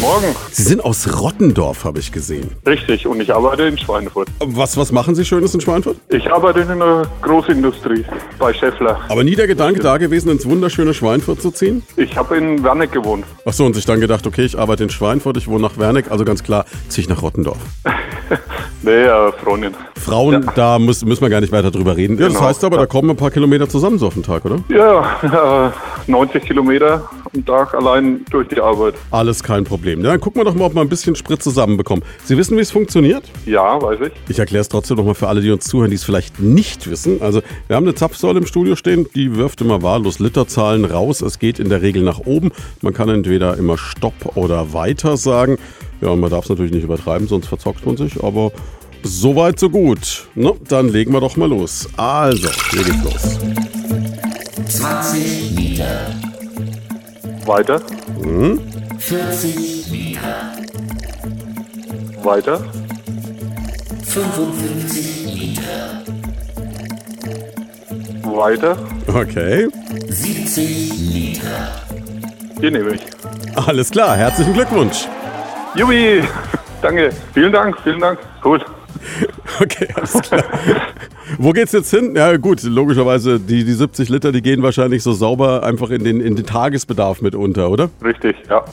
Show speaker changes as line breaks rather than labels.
Morgen.
Sie sind aus Rottendorf, habe ich gesehen.
Richtig, und ich arbeite in Schweinfurt.
Was, was machen Sie Schönes in Schweinfurt?
Ich arbeite in einer Großindustrie bei Scheffler.
Aber nie der Gedanke da gewesen, ins wunderschöne Schweinfurt zu ziehen?
Ich habe in Werneck gewohnt.
Achso, und sich dann gedacht, okay, ich arbeite in Schweinfurt, ich wohne nach Werneck, also ganz klar, ziehe ich nach Rottendorf.
Nee, äh, Freundin.
Frauen, da müssen, müssen wir gar nicht weiter drüber reden. Ja, das
Genau.
heißt aber, da kommen ein paar Kilometer zusammen so auf den Tag, oder?
Ja, äh, 90 Kilometer am Tag allein durch die Arbeit.
Alles kein Problem. Na, dann gucken wir doch mal, ob wir ein bisschen Sprit zusammenbekommen. Sie wissen, wie es funktioniert?
Ja, weiß ich.
Ich erkläre es trotzdem nochmal für alle, die uns zuhören, die es vielleicht nicht wissen. Also, wir haben eine Zapfsäule im Studio stehen, die wirft immer wahllos Literzahlen raus. Es geht in der Regel nach oben. Man kann entweder immer Stopp oder Weiter sagen. Ja, und man darf es natürlich nicht übertreiben, sonst verzockt man sich, aber soweit, so gut. Na, dann legen wir doch mal los. Also, hier geht's los.
20 Meter,
Weiter,
40 Meter,
weiter,
55 Meter,
weiter.
Okay,
70 Meter,
Hier nehme ich.
alles klar. Herzlichen Glückwunsch.
Jubi! Danke. Vielen Dank, vielen Dank. Cool.
Okay, alles klar. Wo geht's jetzt hin? Ja gut, logischerweise, die, die 70 Liter, die gehen wahrscheinlich so sauber einfach in den, in den Tagesbedarf mit unter, oder?
Richtig, ja.